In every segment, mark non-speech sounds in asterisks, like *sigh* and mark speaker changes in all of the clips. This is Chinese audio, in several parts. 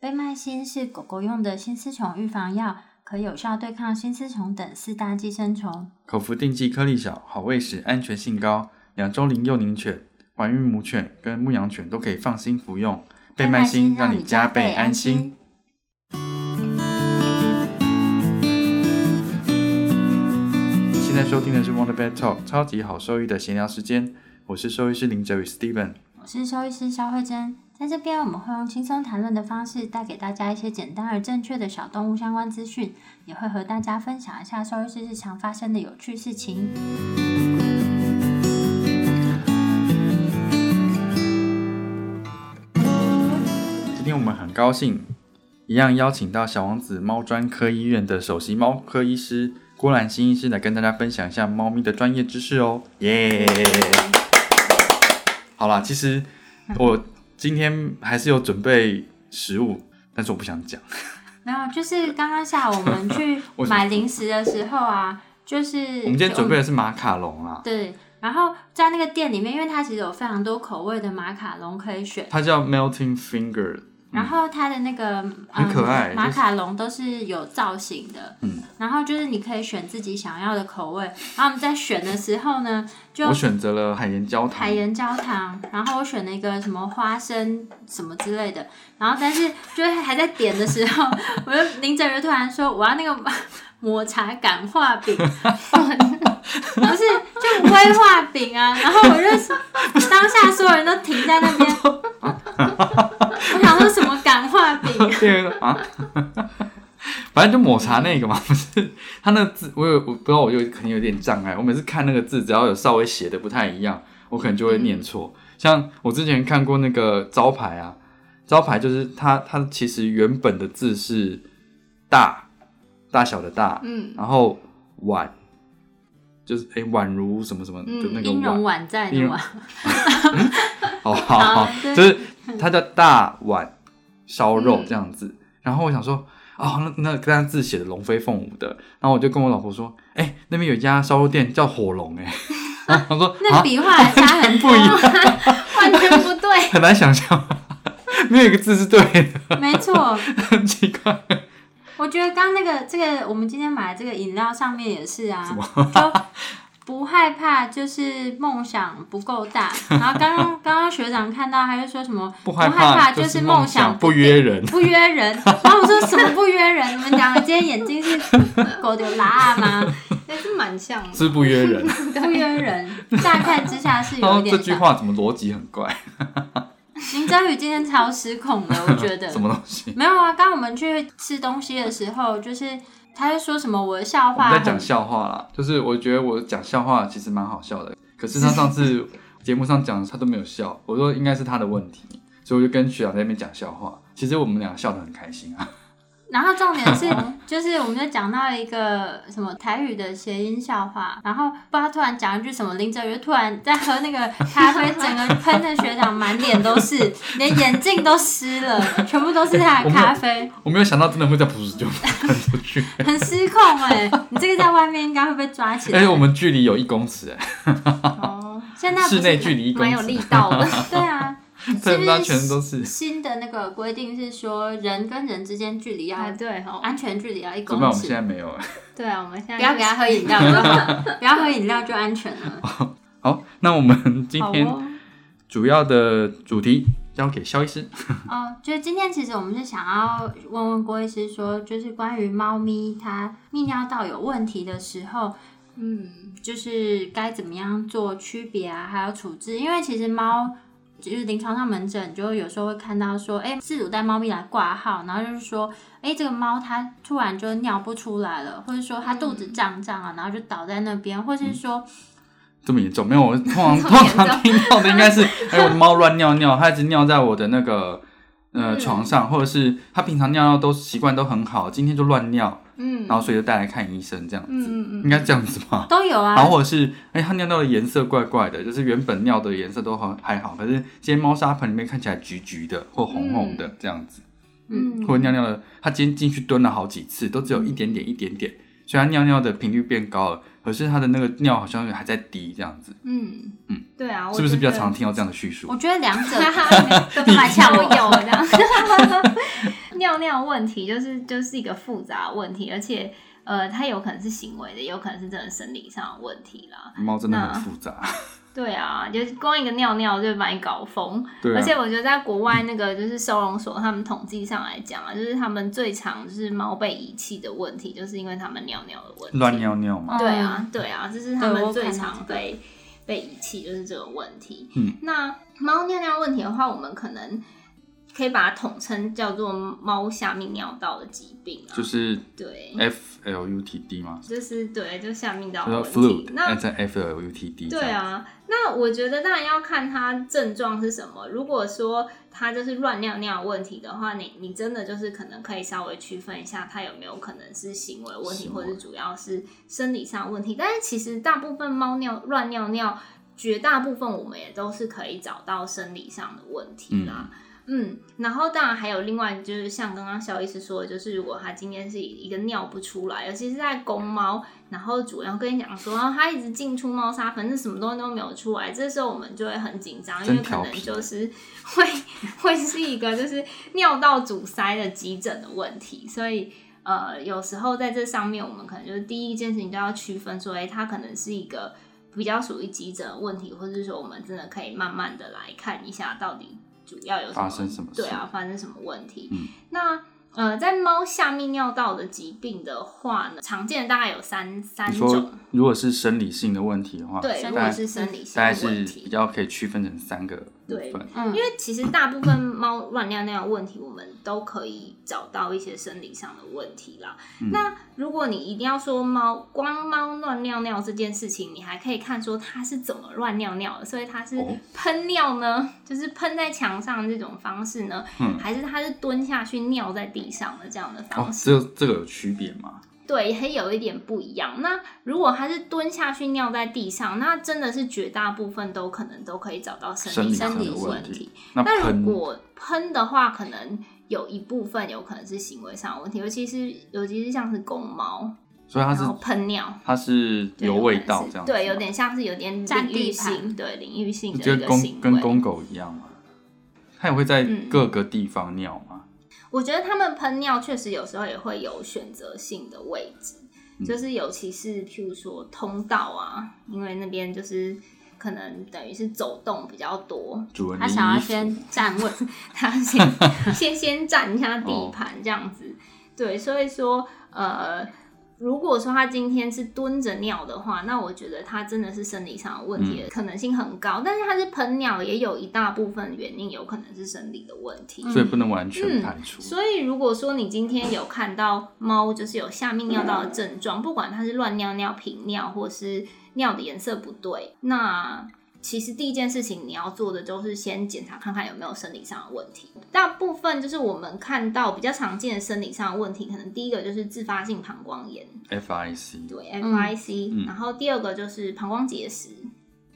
Speaker 1: 贝麦星是狗狗用的新丝虫预防药，可有效对抗新丝虫等四大寄生虫。
Speaker 2: 口服定剂颗粒小，好喂食，安全性高。两周龄幼龄犬、怀孕母犬跟牧羊犬都可以放心服用。贝麦星让你加倍安心。。现在收听的是 Wonder Pet Talk 超级好兽医的闲聊时间，我是兽医师林哲宇 Steven。
Speaker 1: 我是兽医师肖慧珍，在这边我们会用轻松谈论的方式，带给大家一些简单而正确的小动物相关资讯，也会和大家分享一下兽医师日常发生的有趣事情。
Speaker 2: 今天我们很高兴，一样邀请到小王子猫专科医院的首席猫科医师郭兰心医师来跟大家分享一下猫咪的专业知识哦，耶、好啦，其实我今天还是有准备食物，但是我不想讲。
Speaker 1: 然后就是刚刚下午我们去
Speaker 2: *laughs* 为什么
Speaker 1: 买零食的时候啊，就是
Speaker 2: 我们今天准备的是马卡龙啊啦，
Speaker 1: 对，然后在那个店里面，因为它其实有非常多口味的马卡龙可以选，
Speaker 2: 它叫 Melting Finger，
Speaker 1: 然后它的那个、嗯、
Speaker 2: 很可爱
Speaker 1: 马
Speaker 2: 就是
Speaker 1: 卡龙都是有造型的，
Speaker 2: 嗯，
Speaker 1: 然后就是你可以选自己想要的口味，然后我们在选的时候呢，就
Speaker 2: 我选择了海盐焦糖
Speaker 1: 海，盐焦糖，然后我选了一个什么花生什么之类的，然后但是就是还在点的时候， *laughs* 我就林哲就突然说我要那个 *laughs* 抹茶感化饼， *laughs* 不是就威化饼啊，然后我就当下所有人都停在那
Speaker 2: *laughs*
Speaker 1: 边，我想说什么感化饼，
Speaker 2: *laughs* 店员说啊，反正就抹茶那个嘛， *laughs* 不是他那个字，我有我不知道，我有可能有点障碍。我每次看那个字，只要有稍微写的不太一样，我可能就会念错。
Speaker 1: 嗯
Speaker 2: 像我之前看过那个招牌啊，招牌就是它它其实原本的字是大大小的大，
Speaker 1: 嗯
Speaker 2: 然后宛就是哎宛如什么什么的那
Speaker 1: 嗯，
Speaker 2: 个
Speaker 1: 音
Speaker 2: 宛
Speaker 1: 容，宛在
Speaker 2: 音
Speaker 1: 的
Speaker 2: 容
Speaker 1: 嘛，
Speaker 2: 哦，好好
Speaker 1: 好，对
Speaker 2: 就是它叫大碗烧肉这样子。然后我想说，哦，那那那字写的龙飞凤舞的。然后我就跟我老婆说，哎、那边有一家烧肉店叫火龙、哎，然后我说
Speaker 1: 那
Speaker 2: 啊，
Speaker 1: 笔画还差很
Speaker 2: *laughs*
Speaker 1: 多，
Speaker 2: 完全
Speaker 1: 完全不
Speaker 2: *laughs*
Speaker 1: 对，
Speaker 2: 很难想象，没有一个字是对的，
Speaker 1: 没错。
Speaker 2: 很奇怪。
Speaker 1: 我觉得刚那个这个，我们今天买的这个饮料上面也是啊，就不害怕，就是梦想不够大。然后刚刚刚刚学长看到，他就说什么
Speaker 2: 不
Speaker 1: 害
Speaker 2: 害
Speaker 1: 怕
Speaker 2: 就
Speaker 1: 就是
Speaker 2: 梦
Speaker 1: 想
Speaker 2: 不约
Speaker 1: *laughs*
Speaker 2: 人。
Speaker 1: 不约人。然后我说什么不约人？你们两个今天眼睛是狗丢拉吗？
Speaker 3: 但是蛮像的。
Speaker 2: 是不约人，
Speaker 1: 不约人，乍看之下是
Speaker 2: 然
Speaker 1: 有一
Speaker 2: 后哦这
Speaker 1: 点
Speaker 2: 句
Speaker 1: 像。
Speaker 2: 话怎么逻辑很怪？
Speaker 1: 林真宇今天超失控的，我
Speaker 2: *laughs*
Speaker 1: 觉得
Speaker 2: 什么东西？
Speaker 1: 没有啊。刚我们去吃东西的时候，就是他就说什么我的笑
Speaker 2: 我
Speaker 1: 话
Speaker 2: 们在
Speaker 1: 很
Speaker 2: 讲笑话啦，就是我觉得我讲笑话其实蛮好笑的，可是他上次节目上讲他都没有笑，我说应该是他的问题，所以我就跟学长在那边讲笑话，其实我们俩笑得很开心啊。 *laughs*
Speaker 1: 然后重点是， *laughs* 就是我们就讲到一个什么台语的谐音笑话，然后不知道突然讲一句什么，林哲宇就突然在喝那个咖啡，整个喷的学长满脸都
Speaker 2: *laughs*
Speaker 1: 是，连眼镜都湿了，全部都是他的咖啡，
Speaker 2: 我没有想到真的会在噗嗤就喷出去，
Speaker 1: 很失控哎、你这个在外面应该会被抓起来。
Speaker 2: 而哎且我们距离有一公尺、哎，
Speaker 3: 哦，
Speaker 1: 现在不是
Speaker 2: 室内距离一公
Speaker 3: 蛮有
Speaker 2: *laughs* 尺，
Speaker 3: 力道的。
Speaker 1: 对
Speaker 2: *laughs*
Speaker 1: 啊，
Speaker 2: 对，
Speaker 1: 是
Speaker 2: 那全都是。
Speaker 1: 新的那个规定是说人跟人之间距离要
Speaker 3: 啊，对哈、
Speaker 1: 安全距离啊要一
Speaker 2: 怎么办？
Speaker 1: 公
Speaker 2: 我们现
Speaker 1: 尺，
Speaker 2: 在没有、哎。
Speaker 3: 对啊，我们现在
Speaker 1: 不要给他喝饮
Speaker 2: *laughs*
Speaker 1: 料，不要喝饮料就安全了。
Speaker 2: 好，那我们今
Speaker 1: 好
Speaker 2: 天
Speaker 1: 哦。
Speaker 2: 主要的主题交给肖医师。
Speaker 1: 哦，就是今天其实我们是想要问问郭医师说，就是关于猫咪它泌尿道有问题的时候，
Speaker 3: 嗯，
Speaker 1: 就是该怎么样做区别啊，还有处置，因为其实猫。就是临床上门诊，就有时候会看到说，哎、饲主带猫咪来挂号，然后就是说，哎、这个猫它突然就尿不出来了，或者说它肚子胀胀啊，然后就倒在那边，或是说，
Speaker 2: 这么严重？
Speaker 3: *laughs*
Speaker 2: 没有，我通常通
Speaker 3: 这么严重
Speaker 2: 常听到的应
Speaker 3: *laughs*
Speaker 2: 该是，哎、我的猫乱尿尿，它一直尿在我的那个呃
Speaker 3: 嗯
Speaker 2: 床上，或者是它平常尿尿都习惯都很好，今天就乱尿，
Speaker 3: 嗯，
Speaker 2: 然后所以就带来看医生这样
Speaker 3: 嗯
Speaker 2: 子，
Speaker 3: 嗯嗯，
Speaker 2: 应该这样子吧。
Speaker 1: 都有啊，
Speaker 2: 然后或者是，哎、它尿尿的颜色怪怪的，就是原本尿的颜色都很还好，可是今天猫砂盆里面看起来橘橘的或红红的这样子，
Speaker 1: 嗯
Speaker 2: 或者尿尿的，它今天进去蹲了好几次，都只有一点点一点点，所以它尿尿的频率变高了，可是它的那个尿好像还在滴这样子。
Speaker 3: 嗯嗯，对啊，
Speaker 2: 是不是比较
Speaker 3: *laughs*
Speaker 2: 常
Speaker 3: 长？ *laughs*
Speaker 2: 听到这样的叙述？
Speaker 1: 我觉得两者
Speaker 3: 哈哈，干嘛呛我有呢？尿尿问题就是就是一个复杂的问题，而且呃，它有可能是行为的，有可能是真的生理上的问题啦。
Speaker 2: 猫真的很复杂，
Speaker 3: 对啊，就是光一个尿尿就把你搞疯。
Speaker 2: 对啊，
Speaker 3: 而且我觉得在国外那个就是收容所，他们统计上来讲啊，就是他们最常就是猫被遗弃的问题，就是因为他们尿尿的问题。
Speaker 2: 乱尿尿嘛，
Speaker 3: 对啊，对啊，这是他
Speaker 1: 哦对我
Speaker 3: 们
Speaker 1: 有
Speaker 3: 最
Speaker 1: 看到
Speaker 3: 常
Speaker 1: 这个
Speaker 3: 被被遗弃，就是这个问题。
Speaker 2: 嗯，
Speaker 3: 那猫尿尿问题的话，我们可能可以把它统称叫做猫下泌尿道的疾病啊。
Speaker 2: 就是
Speaker 3: 对，
Speaker 2: F L U T D 嘛，
Speaker 3: 就是对，就下泌道
Speaker 2: 就叫
Speaker 3: 的问题
Speaker 2: flu，。
Speaker 3: 哦那
Speaker 2: 那在 F L U T D，
Speaker 3: 对
Speaker 2: 这样，
Speaker 3: 啊，那我觉得当然要看它症状是什么。如果说它就是乱尿尿的问题的话，你你真的就是可能可以稍微区分一下，它有没有可能是行为问题，
Speaker 2: 行为
Speaker 3: 或者是主要是生理上的问题。但是其实大部分猫尿乱尿尿，绝大部分我们也都是可以找到生理上的问题啦。嗯，然后当然还有另外就是像刚刚肖医师说的，就是如果它今天是一个尿不出来，尤其是在公猫，然后主人跟你讲说啊它一直进出猫砂盆，是什么东西都没有出来，这时候我们就会很紧张，因为
Speaker 2: 真
Speaker 3: 可
Speaker 2: 调
Speaker 3: 能
Speaker 2: 皮
Speaker 3: 就是会 *laughs* 会是一个就是尿道阻塞的急诊的问题，所以。呃，有时候在这上面，我们可能就是第一件事情就要区分说，哎、它可能是一个比较属于急诊的问题，或者是说我们真的可以慢慢的来看一下到底主要有什
Speaker 2: 发
Speaker 3: 么
Speaker 2: 生什么事
Speaker 3: 对啊，发生什么问题？
Speaker 2: 嗯
Speaker 3: 那呃，在猫下泌尿道的疾病的话呢，常见的大概有三三
Speaker 2: 你
Speaker 3: 种
Speaker 2: 说，如果是生理性的问题的话，
Speaker 3: 对，
Speaker 2: 大
Speaker 3: 如果
Speaker 2: 概
Speaker 3: 是生理性
Speaker 2: 大概
Speaker 3: 的
Speaker 2: 是
Speaker 3: 问
Speaker 2: 比
Speaker 3: 题，
Speaker 2: 较可以区分成三个部分，
Speaker 1: 嗯
Speaker 3: 因，为其实大部分猫乱尿尿的问题，我们都可以找到一些生理上的问题啦。
Speaker 2: 嗯
Speaker 3: 那如果你一定要说猫光猫乱尿尿这件事情，你还可以看说它是怎么乱尿尿的，所以它是
Speaker 2: 哦
Speaker 3: 喷尿呢，就是喷在墙上这种方式呢，
Speaker 2: 嗯
Speaker 3: 还是它是蹲下去尿在地上的这样的
Speaker 2: 哦
Speaker 3: 方，式？
Speaker 2: 这这个有区别吗？
Speaker 3: 对，还有一点不一样。那如果它是蹲下去尿在地上，那真的是绝大部分都可能都可以找到生
Speaker 2: 生
Speaker 3: 理
Speaker 1: 理上
Speaker 3: 上
Speaker 1: 的
Speaker 3: 的
Speaker 2: 问
Speaker 3: 问
Speaker 2: 题
Speaker 3: 题。
Speaker 2: 那
Speaker 3: 那
Speaker 2: 喷
Speaker 3: 如果喷的话，可能有一部分有可能是行为上的问题，尤其是尤其是像是公猫，
Speaker 2: 所以它
Speaker 3: 然
Speaker 2: 是
Speaker 3: 后喷尿。
Speaker 2: 它是
Speaker 3: 就
Speaker 2: 有
Speaker 3: 可
Speaker 2: 味
Speaker 3: 能
Speaker 2: 道
Speaker 3: 是
Speaker 2: 这样子吗，
Speaker 3: 对，有点像是有点
Speaker 1: 占
Speaker 3: 领域
Speaker 1: 地盘
Speaker 3: 性，对领域性的
Speaker 2: 就
Speaker 3: 一
Speaker 2: 跟
Speaker 3: 个行
Speaker 2: 公跟
Speaker 3: 为。
Speaker 2: 公狗一样嘛，它也会在
Speaker 3: 嗯
Speaker 2: 各个地方尿嘛，
Speaker 3: 我觉得他们喷尿确实有时候也会有选择性的位置，
Speaker 2: 嗯
Speaker 3: 就是尤其是譬如说通道啊，因为那边就是可能等于是走动比较多，
Speaker 2: 主人
Speaker 1: 他
Speaker 2: 的
Speaker 1: 想要
Speaker 2: 衣服
Speaker 1: 先站稳，
Speaker 3: 他先 *laughs* 先先占一下地盘这样子。对，所以说呃，如果说他今天是蹲着尿的话，那我觉得他真的是生理上的问题，可能性很高。但是他是喷尿，也有一大部分原因有可能是生理的问题。
Speaker 2: 所以不能完全
Speaker 3: 嗯
Speaker 2: 排除。
Speaker 3: 所以，如果说你今天有看到猫就是有下泌尿道的症状，不管它是乱尿尿、频尿，或是尿的颜色不对，那其实第一件事情你要做的就是先检查看看有没有生理上的问题。大部分就是我们看到比较常见的生理上的问题，可能第一个就是自发性膀胱炎，
Speaker 2: FIC
Speaker 3: 对
Speaker 1: 嗯
Speaker 3: FIC，、
Speaker 2: 嗯
Speaker 3: 然后第二个就是膀胱结石，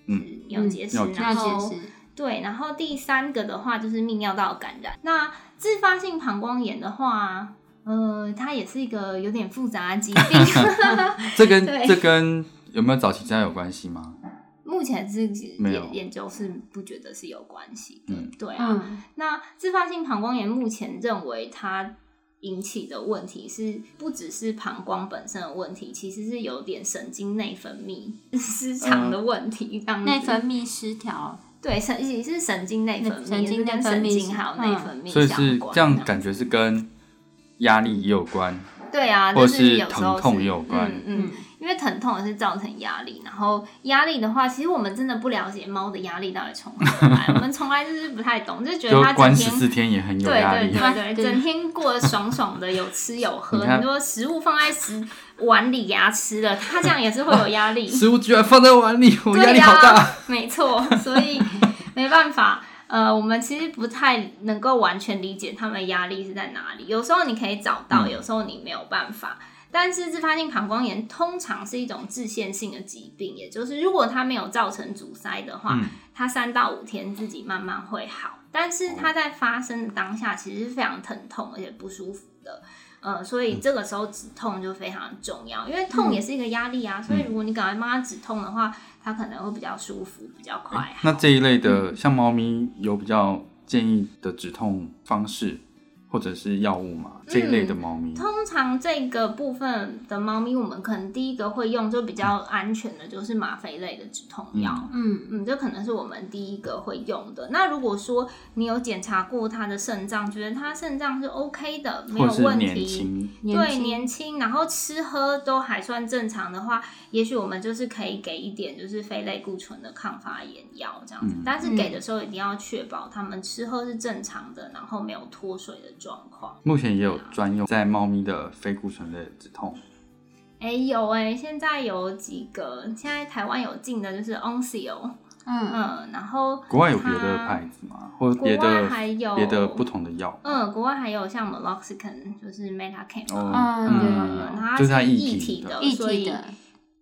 Speaker 2: 嗯，
Speaker 3: 尿结石，
Speaker 2: 嗯尿
Speaker 1: 那
Speaker 2: 结
Speaker 3: 然后
Speaker 1: 解释
Speaker 3: 对，然后第三个的话就是泌尿道感染。那自发性膀胱炎的话，呃，它也是一个有点复杂的疾
Speaker 2: *laughs*
Speaker 3: 病， *laughs*
Speaker 2: 这跟
Speaker 3: 对
Speaker 2: 这跟有没有早期家有关系吗？
Speaker 3: 目前是
Speaker 2: 没有
Speaker 3: 研研究是不觉得是有关系的。
Speaker 2: 嗯
Speaker 3: 对啊，
Speaker 1: 嗯，
Speaker 3: 那自发性膀胱炎目前认为它引起的问题是不只是膀胱本身的问题，其实是有点神经内分泌 *laughs* 失常
Speaker 2: 嗯
Speaker 3: 的问题，这
Speaker 1: 嗯
Speaker 3: 样子
Speaker 1: 内分泌失调，
Speaker 3: 对神也是神经内分泌，
Speaker 1: 神经内
Speaker 3: 也是跟
Speaker 1: 分
Speaker 3: 神
Speaker 1: 泌
Speaker 3: 经
Speaker 1: 是
Speaker 3: 还有
Speaker 1: 嗯
Speaker 3: 内分泌
Speaker 2: 所以
Speaker 3: 相
Speaker 2: 是
Speaker 3: 关啊
Speaker 2: 这样
Speaker 3: 的
Speaker 2: 感觉是跟压力也有关，
Speaker 3: 对啊，
Speaker 2: 或
Speaker 3: 就
Speaker 2: 者是
Speaker 3: 有时候
Speaker 2: 疼痛也有关
Speaker 3: 嗯嗯，因为疼痛也是造成压力，然后压力的话，其实我们真的不了解猫的压力到底从何来，我们从来就是不太懂，就觉
Speaker 2: 就
Speaker 3: 得它整
Speaker 2: 关十四
Speaker 3: 天。
Speaker 2: 天也很有
Speaker 3: 对
Speaker 2: 压
Speaker 3: 对
Speaker 2: 力。
Speaker 3: 对
Speaker 1: 对
Speaker 3: 对，整天过得爽爽的，有吃有喝，
Speaker 2: 你看
Speaker 3: 你说食物放在食碗里给它吃了，它这样也是会有压力。
Speaker 2: 食物居然放在碗里，我
Speaker 3: 对
Speaker 2: 压力好
Speaker 3: 呀
Speaker 2: 大。
Speaker 3: *laughs* 没错，所以没办法。 *laughs* 呃，我们其实不太能够完全理解他们压力是在哪里。有时候你可以找到，
Speaker 2: 嗯
Speaker 3: 有时候你没有办法。但是自发性膀胱炎通常是一种致限性的疾病，也就是如果它没有造成阻塞的话，
Speaker 2: 嗯
Speaker 3: 它三到五天自己慢慢会好。但是它在发生的当下其实是非常疼痛而且不舒服的，呃，所
Speaker 2: 嗯
Speaker 3: 以这个时候止痛就非常重要，因为痛也是一个压力啊。所以如果你赶快帮它止痛的话，它可能会比较舒服，比较快好。
Speaker 2: 那这一类的，像猫咪有比较建议的止痛方式，或者是药物嘛这一类的猫咪。
Speaker 3: 嗯通常这个部分的猫咪，我们可能第一个会用就比较安全的，就是吗啡类的止痛药。
Speaker 1: 嗯，
Speaker 3: 嗯，这可能是我们第一个会用的。那如果说你有检查过它的肾脏，觉得它肾脏是 OK 的，没
Speaker 2: 或
Speaker 3: 有
Speaker 2: 者是
Speaker 3: 问
Speaker 2: 年
Speaker 3: 题，
Speaker 2: 轻，
Speaker 3: 对
Speaker 1: 轻
Speaker 3: 年轻，然后吃喝都还算正常的话，也许我们就是可以给一点就是非类固醇的抗发炎药这样子，
Speaker 2: 嗯
Speaker 3: 但是给的时候一定要确保它们吃喝是正常的，然后没有脱水的状况。
Speaker 2: 目前也有专用在猫咪的非固醇类止痛。
Speaker 3: 哎、有哎、现在有几个，现在台湾有进的就是 Oncio，
Speaker 1: 嗯，
Speaker 3: 嗯，然后
Speaker 2: 国外有别的
Speaker 3: 它
Speaker 2: 牌子吗？或者
Speaker 3: 国
Speaker 2: 别
Speaker 3: 外
Speaker 2: 的
Speaker 3: 还有
Speaker 2: 别的不同的药？
Speaker 3: 嗯，国外还有像 Meloxicon，就是 Metacam，、
Speaker 2: 哦
Speaker 1: 嗯
Speaker 3: 嗯，它
Speaker 2: 就是它
Speaker 3: 是
Speaker 2: 液
Speaker 3: 液
Speaker 2: 体
Speaker 3: 体
Speaker 2: 的
Speaker 3: 的，
Speaker 1: 一
Speaker 3: 所
Speaker 1: 体
Speaker 3: 以
Speaker 1: 的，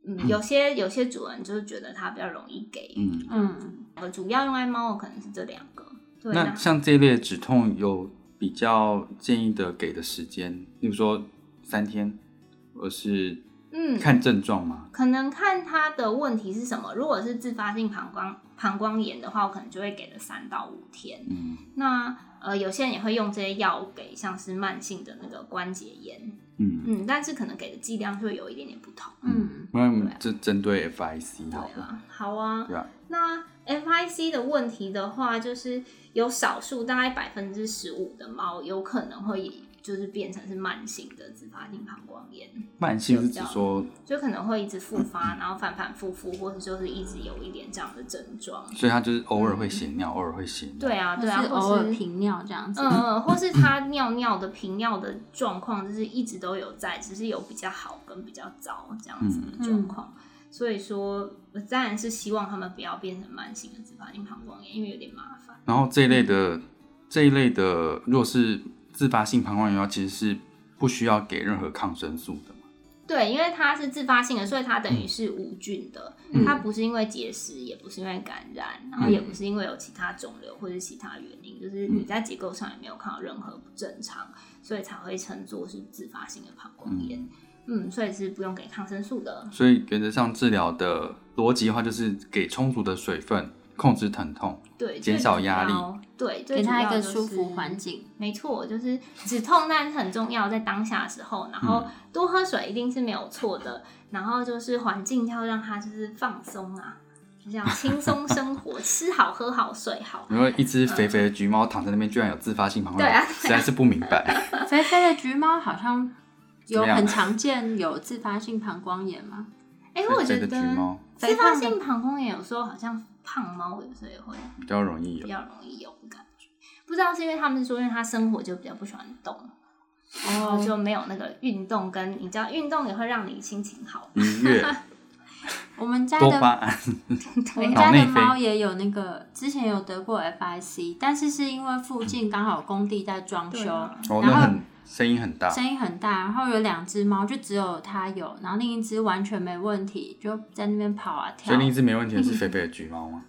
Speaker 3: 嗯，有些有些主人就是觉得它比较容易给。
Speaker 2: 嗯，
Speaker 1: 嗯，
Speaker 3: 呃主要用来猫的可能是这两个。对，
Speaker 2: 那
Speaker 3: 那
Speaker 2: 像这一类止痛有比较建议的给的时间，例如说三天，而是
Speaker 3: 嗯，
Speaker 2: 看症状吗？
Speaker 3: 可能看它的问题是什么。如果是自发性膀胱膀胱炎的话，我可能就会给了三到五天。
Speaker 2: 嗯
Speaker 3: 那呃，有些人也会用这些药给像是慢性的那个关节炎，
Speaker 2: 嗯
Speaker 3: 嗯，但是可能给的剂量就会有一点点不同。
Speaker 1: 嗯，
Speaker 2: 那我们就针对 FIC 好
Speaker 3: 对
Speaker 2: 了，
Speaker 3: 啊，好啊，
Speaker 2: 对吧？
Speaker 3: 那 FIC 的问题的话，就是有少数大概百分之十五的猫有可能会就是变成是慢性的自发性膀胱炎，
Speaker 2: 慢性是指说，
Speaker 3: 就可能会一直复发，然后反反复复，或者就是一直有一点这样的症状。
Speaker 2: 所以它就是偶尔会血尿，偶尔会血尿。
Speaker 3: 对啊，对
Speaker 1: 就
Speaker 3: 啊，
Speaker 1: 是
Speaker 3: 或
Speaker 1: 偶尔
Speaker 3: 是
Speaker 1: 频尿这样子，
Speaker 3: 嗯嗯，或是它尿尿的频尿的状况，就是一直都有在，只是有比较好跟比较糟这样子的状况。
Speaker 1: 嗯
Speaker 3: 所以说，我当然是希望它们不要变成慢性的自发性膀胱炎，因为有点麻烦。
Speaker 2: 然后这一类的这一类的，如果是自发性膀胱炎的话，其实是不需要给任何抗生素的嘛。
Speaker 3: 对，因为它是自发性的，所以它等于是无菌的，
Speaker 2: 嗯
Speaker 3: 它不是因为结石，也不是因为感染，然后也不是因为有其他肿瘤或者其他原因，就是
Speaker 2: 嗯
Speaker 3: 你在结构上也没有看到任何不正常，所以才会称作是自发性的膀胱炎。嗯，所以是不用给抗生素的。
Speaker 2: 所以原则上治疗的逻辑的话，就是给充足的水分，控制疼痛。
Speaker 3: 对，
Speaker 2: 减少压力
Speaker 3: 最主要。对，
Speaker 1: 给它一个
Speaker 3: 最主要
Speaker 1: 舒
Speaker 3: 就是
Speaker 1: 服环境，
Speaker 3: 没错，就是止痛那很重要，在当下的时候，然
Speaker 2: 嗯
Speaker 3: 后多喝水一定是没有错的，然后就是环境要让它就是放松啊，就这样
Speaker 2: *laughs*
Speaker 3: 轻松生活，吃好喝好睡好。
Speaker 2: 然后一只肥肥的橘猫躺在那边，居然有自发性膀胱
Speaker 3: 对啊
Speaker 2: 炎，实在是不明白。
Speaker 1: 肥肥的橘猫好像有
Speaker 2: 怎么样
Speaker 1: 很常见有自发性膀胱炎吗？
Speaker 3: 哎、
Speaker 2: *laughs*
Speaker 3: 我
Speaker 2: 这
Speaker 3: 觉
Speaker 2: 个
Speaker 3: 得
Speaker 2: 橘猫
Speaker 3: 自发
Speaker 1: 肥
Speaker 3: 性膀胱炎有时候好像胖猫有时候也会
Speaker 2: 比较容易
Speaker 3: 比
Speaker 2: 有，
Speaker 3: 较容易有的感觉，不知道是因为他们说，因为他生活就比较不喜欢动，然后
Speaker 1: 哦，
Speaker 3: 就没有那个运动跟，你知道运动也会让你心情好。
Speaker 2: 愉
Speaker 3: *laughs*
Speaker 2: 悦、
Speaker 1: 我们家
Speaker 2: 多
Speaker 1: 的
Speaker 2: 巴胺。
Speaker 1: 我
Speaker 3: 对
Speaker 1: 们
Speaker 3: 啊，
Speaker 1: 家
Speaker 2: 脑内
Speaker 1: 的
Speaker 2: 啡
Speaker 1: 猫也有那个，之前有得过 FIC，但是是因为附近刚好工地在装
Speaker 3: 对
Speaker 1: 修，
Speaker 3: 啊
Speaker 2: 哦，
Speaker 1: 然
Speaker 2: 那
Speaker 1: 后
Speaker 2: 很声音很大，
Speaker 1: 声音很大，然后有两只猫就只有它有，然后另一只完全没问题，就在那边跑啊
Speaker 2: 所
Speaker 1: 跳
Speaker 2: 以。另一只没问题的是肥肥的橘猫吗？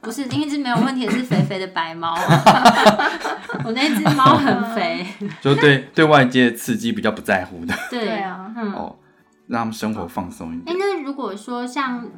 Speaker 1: 不是另一只没有问题，是肥肥的白
Speaker 2: *laughs*
Speaker 1: 猫。 *laughs* 我那只猫很肥，
Speaker 2: 就对对外界刺激比较不在乎的，
Speaker 1: 对
Speaker 3: 对啊
Speaker 1: 嗯。
Speaker 2: 哦，让他们生活放松一
Speaker 1: 哎、
Speaker 2: 点。
Speaker 1: 那如果说像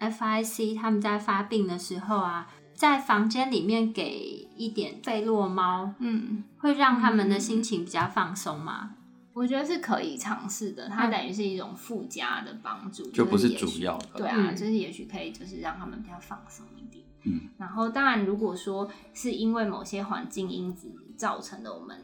Speaker 1: FIC 他们在发病的时候啊，在房间里面给一点费洛猫，
Speaker 3: 嗯。
Speaker 1: 会让他们的心情比较放松吗？
Speaker 3: 我觉得是可以尝试的，它
Speaker 1: 嗯
Speaker 3: 等于是一种附加的帮助，
Speaker 2: 就不是
Speaker 3: 也许
Speaker 2: 主要的
Speaker 3: 对啊，
Speaker 1: 嗯
Speaker 3: 就是也许可以就是让他们比较放松一点。
Speaker 2: 嗯，
Speaker 3: 然后当然，如果说是因为某些环境因子造成的，我们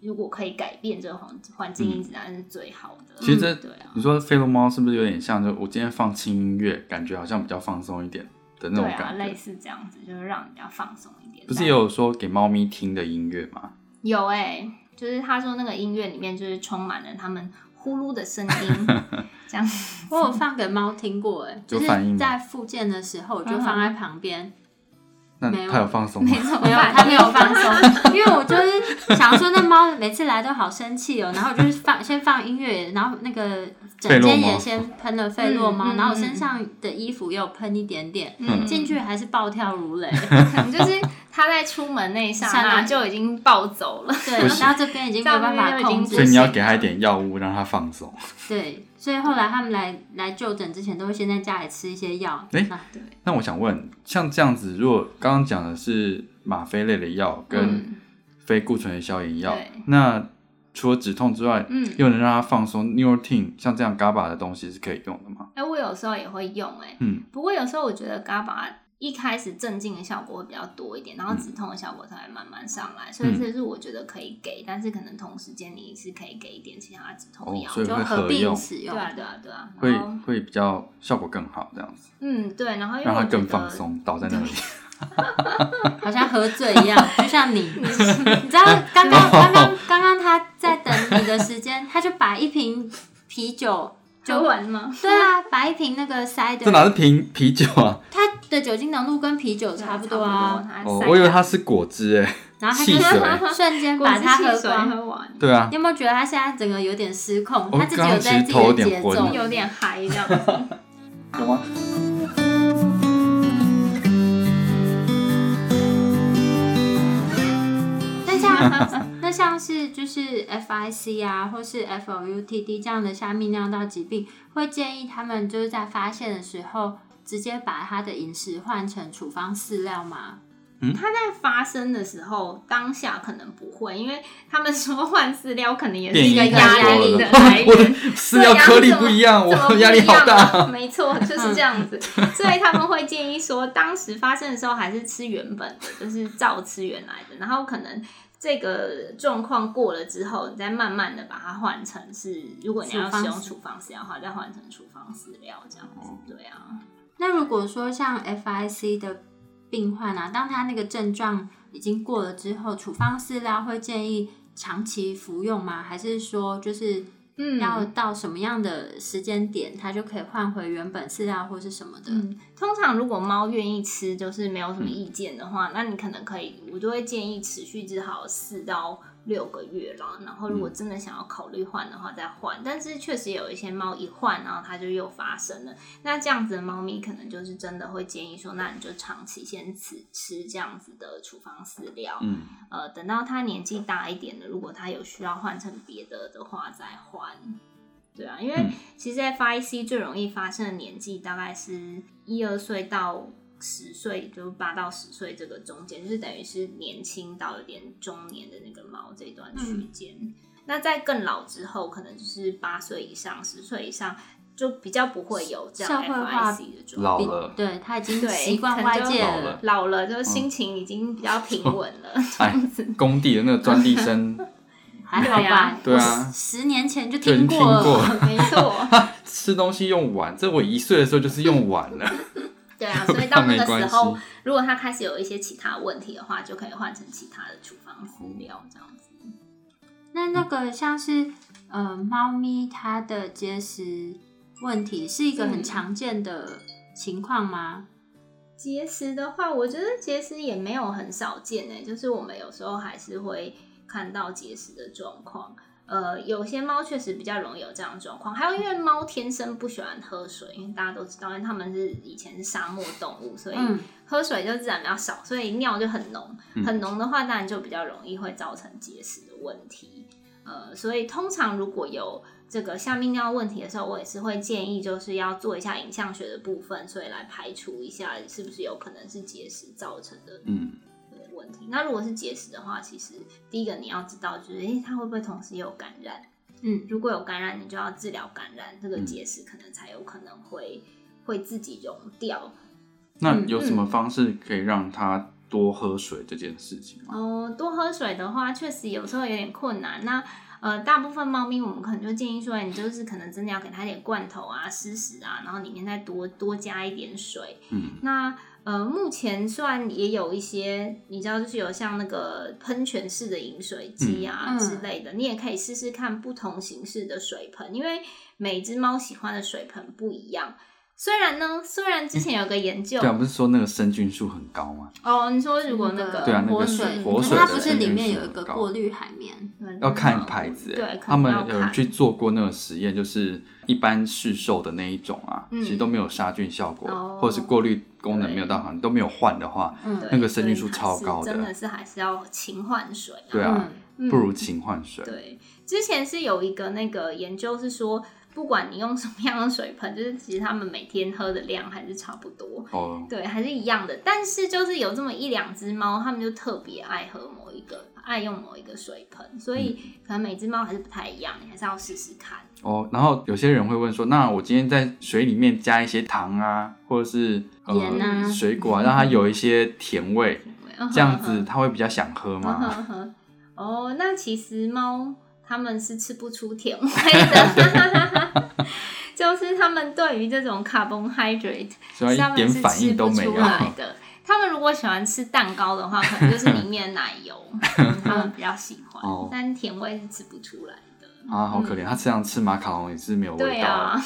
Speaker 3: 如果可以改变这个环环境因子，那是最好的。
Speaker 2: 嗯其实这
Speaker 3: 对啊，
Speaker 2: 你说费洛猫是不是有点像？就我今天放轻音乐，感觉好像比较放松一点的那种
Speaker 3: 对啊，
Speaker 2: 感觉。
Speaker 3: 类似这样子，就是让人家放松一点。
Speaker 2: 不是也有说给猫咪听的音乐吗？
Speaker 3: 有哎、就是他说那个音乐里面就是充满了他们呼噜的
Speaker 2: *laughs*
Speaker 3: 声音，这样
Speaker 1: 我有放给猫听过、哎，
Speaker 2: 有
Speaker 1: 就
Speaker 2: 反应
Speaker 1: 是
Speaker 2: 吗
Speaker 1: 在复健的时候，我就放在旁边，
Speaker 2: 那
Speaker 1: 没有
Speaker 2: 它有放松吗
Speaker 3: 没？错，
Speaker 1: 没有，它没有放松，因为我就是想说，那猫每次来都好生气哦，然后我就是放先放音乐，然后那个整
Speaker 2: 费洛
Speaker 1: 间
Speaker 2: 猫
Speaker 1: 也先喷了费洛猫，
Speaker 3: 嗯嗯
Speaker 1: 然后我
Speaker 3: 嗯
Speaker 1: 身上的衣服也有喷一点点，
Speaker 3: 嗯
Speaker 1: 进去还是暴跳如
Speaker 2: *laughs*
Speaker 1: 雷，
Speaker 3: 可能就是他在出门那一 *laughs* 刹那就已经暴走了。
Speaker 1: 对，
Speaker 2: 不
Speaker 1: 然后
Speaker 2: 行
Speaker 1: 到这边已经没有办法控
Speaker 2: 所以
Speaker 1: 制，
Speaker 2: 你要给它一点药物，让它放松。
Speaker 1: 对，所以后来他们来来就诊之前，都会先在家里吃一些药，
Speaker 2: 哎
Speaker 1: 那
Speaker 3: 对，
Speaker 2: 那我想问，像这样子，如果刚刚讲的是吗啡类的药跟非固醇的消炎药
Speaker 3: 嗯对。
Speaker 2: 那除了止痛之外，
Speaker 3: 嗯，
Speaker 2: 又能让它放松 n e u r t i n 像这样 GABA 的东西是可以用的吗？
Speaker 3: 哎、我有时候也会用、哎，
Speaker 2: 嗯，
Speaker 3: 不过有时候我觉得 GABA 一开始镇静的效果会比较多一点，
Speaker 2: 嗯
Speaker 3: 然后止痛的效果才会慢慢上来，所以这是我觉得可以给，但是可能同时间你是可以给一点其他止痛药，
Speaker 2: 哦所以
Speaker 1: 就
Speaker 2: 会
Speaker 1: 合
Speaker 2: 合
Speaker 1: 并
Speaker 2: 用
Speaker 1: 使
Speaker 3: 对
Speaker 1: 用。
Speaker 3: 啊，对啊，对啊，
Speaker 2: 会
Speaker 3: 然后
Speaker 2: 会比较效果更好，这样子
Speaker 3: 嗯，对，然后因为
Speaker 2: 让
Speaker 3: 我
Speaker 2: 它
Speaker 3: 觉
Speaker 2: 更
Speaker 3: 得
Speaker 2: 放松，倒在那里。 *laughs*
Speaker 1: 好像喝醉一样，就
Speaker 3: *laughs*
Speaker 1: 像你，你知道刚
Speaker 2: *laughs*
Speaker 1: 刚刚刚刚刚他在等你的时间，他就把一瓶啤酒，
Speaker 3: 就完吗？
Speaker 1: 对啊，把一瓶那个塞
Speaker 2: 这哪
Speaker 1: 的，
Speaker 2: 是瓶啤酒啊？
Speaker 1: 它的酒精浓度跟啤酒差不多啊，
Speaker 3: 它
Speaker 2: 哦
Speaker 3: 塞，
Speaker 2: 我以为
Speaker 3: 下
Speaker 2: 它是果汁欸诶、
Speaker 1: 然后他
Speaker 2: 汽水
Speaker 1: 就。瞬间
Speaker 3: 果
Speaker 1: 把
Speaker 3: 汁
Speaker 1: 它
Speaker 3: 汽
Speaker 1: 喝
Speaker 3: 水
Speaker 1: 光。
Speaker 3: 喝完，
Speaker 2: 对啊
Speaker 1: 你，有没有觉得他现在整个有点失控？
Speaker 2: 我
Speaker 1: 他自己有在自己
Speaker 2: 刚刚其实头有
Speaker 1: 的
Speaker 2: 点
Speaker 1: 节
Speaker 2: 昏
Speaker 1: 奏，
Speaker 3: 有点嗨这样子。 *laughs*
Speaker 2: 有吗？
Speaker 1: 那
Speaker 2: *laughs*
Speaker 1: 像那像是就是 FIC 啊，或是 FOUTD 这样的下泌尿道疾病，会建议他们就是在发现的时候，直接把他的饮食换成处方饲料吗？
Speaker 3: 在发生的时候，当下可能不会，因为他们说换饲料可能也是
Speaker 2: 变
Speaker 3: 一个
Speaker 2: 异
Speaker 3: 压
Speaker 2: 太多
Speaker 3: 力
Speaker 2: 了
Speaker 3: 的来
Speaker 2: 我的
Speaker 3: 源。
Speaker 2: *laughs*
Speaker 3: 啊
Speaker 2: 饲料颗粒不一样，
Speaker 3: 怎么
Speaker 2: 我
Speaker 3: 不
Speaker 2: *laughs*
Speaker 3: 一
Speaker 2: 压力好大。
Speaker 3: 样没错，就是这样
Speaker 2: *laughs*
Speaker 3: 子。所以他们会建议说，当时发生的时候还是吃原本的，就是照吃原来的，然后可能。这个状况过了之后，你再慢慢的把它换成是，如果你要
Speaker 1: 处方
Speaker 3: 使用
Speaker 1: 饲
Speaker 3: 处方饲料的话，再换成处方饲料这样
Speaker 2: 哦
Speaker 3: 子。对啊，
Speaker 1: 那如果说像 FIC 的病患啊，当他那个症状已经过了之后，处方饲料会建议长期服用吗？还是说就是
Speaker 3: 嗯
Speaker 1: 要到什么样的时间点，它就可以换回原本饲料或是什么的？
Speaker 3: 嗯，通常如果猫愿意吃，就是没有什么意见的话，那你可能可以，我就会建议持续至少四到六个月啦。然后如果真的想要考虑换的话，再换。但是确实有一些猫一换，然后它就又发生了。那这样子的猫咪可能就是真的会建议说，那你就长期先吃吃这样子的处方饲料，
Speaker 2: 嗯，
Speaker 3: 呃，等到它年纪大一点了，如果它有需要换成别的的话再换。对啊，因为
Speaker 2: 嗯
Speaker 3: 其实 FIC 最容易发生的年纪大概是一二岁到十岁，就是八到十岁这个中间，就是等于是年轻到有点中年的那个猫这段
Speaker 1: 嗯
Speaker 3: 区间。那在更老之后，可能就是八岁以上、十岁以上，就比较不会有这样
Speaker 1: 社会化
Speaker 3: FIC 的状
Speaker 2: 老
Speaker 3: 况。
Speaker 2: 了，嗯
Speaker 1: 对他已经
Speaker 3: 对
Speaker 1: 习惯
Speaker 3: 可能
Speaker 1: 外
Speaker 3: 就
Speaker 1: 界
Speaker 2: 老
Speaker 1: 了
Speaker 2: 了。
Speaker 3: 老了就心情已经比较平稳了， *laughs* 这
Speaker 2: 哎
Speaker 3: 样子。
Speaker 2: 工地的那个专利
Speaker 3: *laughs*
Speaker 2: 生，
Speaker 1: *laughs* 还好
Speaker 3: 对
Speaker 1: 吧
Speaker 3: 啊？
Speaker 2: 对啊
Speaker 1: 我十十年前就
Speaker 2: 就已经
Speaker 1: 过
Speaker 2: 听
Speaker 1: 了。
Speaker 2: 过
Speaker 3: 没错，
Speaker 2: *laughs* 吃东西用碗，这我一岁的时候就是用碗了，*laughs*
Speaker 3: 对 *laughs* 啊，所以到那
Speaker 2: 没
Speaker 3: 个
Speaker 2: 关
Speaker 3: 时
Speaker 2: 系。
Speaker 3: 候，如果它开始有一些其他问题的话，就可以换成其他的处方饲料这样子。
Speaker 1: 那那个像是呃，猫咪它的结石问题是一个很
Speaker 3: 嗯
Speaker 1: 常见的情况吗？
Speaker 3: 结石的话，我觉得结石也没有很少见诶、就是我们有时候还是会看到结石的状况。呃，有些猫确实比较容易有这样的状况，还有因为猫天生不喜欢喝水，因为大家都知道，因为它们是以前是沙漠动物，所以
Speaker 1: 嗯，
Speaker 3: 喝水就自然比较少，所以尿就很浓，很浓的话，当然就比较容易会造成结石的问题。呃，所以通常如果有这个下泌尿问题的时候，我也是会建议就是要做一下影像学的部分，所以来排除一下是不是有可能是结石造成的
Speaker 2: 嗯，
Speaker 3: 问题。那如果是结石的话，其实第一个你要知道就是，诶、它会不会同时有感染？
Speaker 1: 嗯，
Speaker 3: 如果有感染，你就要治疗感染，这个结石可能才有可能会会自己溶掉。
Speaker 2: 那
Speaker 3: 嗯
Speaker 2: 有什么方式可以让它多喝水这件事情吗？
Speaker 3: 哦，多喝水的话，确实有时候有点困难。那呃，大部分猫咪我们可能就建议说，你就是可能真的要给它一点罐头啊、湿食啊，然后里面再多多加一点水。
Speaker 2: 嗯，
Speaker 3: 那呃，目前虽然也有一些，你知道，就是有像那个喷泉式的饮水机啊、
Speaker 1: 嗯嗯
Speaker 3: 之类的，你也可以试试看不同形式的水盆，因为每只猫喜欢的水盆不一样。虽然呢，虽然之前有个研究，
Speaker 2: 对啊，不是说那个生菌数很高吗？
Speaker 3: 哦，你说如果那个
Speaker 2: 对啊那个
Speaker 1: 活
Speaker 2: 水
Speaker 1: 水，
Speaker 2: 活
Speaker 1: 可是
Speaker 2: 水
Speaker 1: 它
Speaker 2: 的
Speaker 1: 不是
Speaker 2: 成
Speaker 1: 里
Speaker 2: 分
Speaker 1: 面
Speaker 2: 是
Speaker 1: 有一
Speaker 2: 很
Speaker 1: 个
Speaker 2: 高
Speaker 1: 过滤海绵，
Speaker 3: 嗯
Speaker 2: 要看牌子欸，
Speaker 3: 对，可
Speaker 2: 他
Speaker 3: 能
Speaker 2: 们
Speaker 3: 要
Speaker 2: 有人
Speaker 3: 看
Speaker 2: 去做过那个实验，就是一般市售的那一种啊，
Speaker 3: 嗯
Speaker 2: 其实都没有杀菌效果，
Speaker 3: 哦
Speaker 2: 或者是过滤功能没有到好，你都没有换的话，
Speaker 1: 嗯
Speaker 3: 对，
Speaker 2: 那个生菌
Speaker 3: 所以
Speaker 2: 数
Speaker 3: 还
Speaker 2: 超
Speaker 3: 是
Speaker 2: 高的
Speaker 3: 真的是还是要勤换水、啊。
Speaker 2: 对啊，
Speaker 3: 嗯
Speaker 2: 不如勤换水。
Speaker 3: 对，之前是有一个那个研究是说，不管你用什么样的水盆，就是其实他们每天喝的量还是差不多，
Speaker 2: 哦，
Speaker 3: 对，还是一样的。但是就是有这么一两只猫，它们就特别爱喝某一个牌爱用某一个水盆，所以
Speaker 2: 嗯
Speaker 3: 可能每只猫还是不太一样，你还是要试试看。
Speaker 2: 哦，然后有些人会问说，那我今天在水里面加一些糖啊，或者是呃
Speaker 1: 盐啊
Speaker 2: 水果、啊，让它有一些甜味，
Speaker 3: 嗯哼
Speaker 2: 这样子它会比较想喝
Speaker 3: 嗯
Speaker 2: 吗？
Speaker 3: 哼哼 *laughs* 哦，那其实猫它们是吃不出甜味的， *laughs* 就是它们对于这种 carbohydrate
Speaker 2: 所以啊
Speaker 3: 它
Speaker 2: 一
Speaker 3: 们
Speaker 2: 点
Speaker 3: 是
Speaker 2: 反
Speaker 3: 吃
Speaker 2: 应都
Speaker 3: 不
Speaker 2: 没有
Speaker 3: 出。来的。他们如果喜欢吃蛋糕的话，可能就是里面奶油，他们比较喜欢
Speaker 2: 哦，
Speaker 3: 但甜味是吃不出来的。
Speaker 2: 啊，好可怜！它这样吃马卡龙也是没有
Speaker 3: 嗯对
Speaker 2: 味道，
Speaker 3: 啊，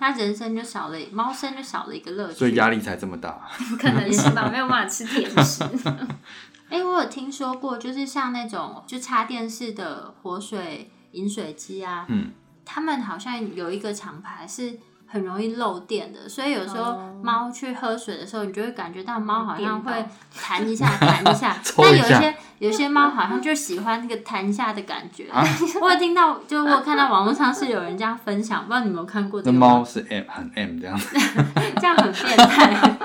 Speaker 1: 它人生就少了猫生就少了一个乐趣。
Speaker 2: 所以压力才这么大。
Speaker 3: 啊可能是吧，没有办法吃甜食。 *laughs*
Speaker 1: 哎、我有听说过，就是像那种就插电式的活水饮水机啊，
Speaker 2: 嗯，
Speaker 1: 他们好像有一个厂牌是很容易漏电的，所以有时候
Speaker 3: 哦
Speaker 1: 猫去喝水的时候，你就会感觉到猫好像会
Speaker 3: 电
Speaker 1: 弹一下、弹一下
Speaker 2: *laughs* 。抽
Speaker 1: 但
Speaker 2: 一
Speaker 1: 有
Speaker 2: 下
Speaker 1: 些有些猫好像就喜欢那个弹一下的感觉。
Speaker 2: 啊
Speaker 1: *laughs* 我有听到，就我有看到网络上是有人这样分享，不知道你有没有看过
Speaker 2: 那
Speaker 1: 这个
Speaker 2: 猫是 M 很 M 这样，
Speaker 1: 这样很变态。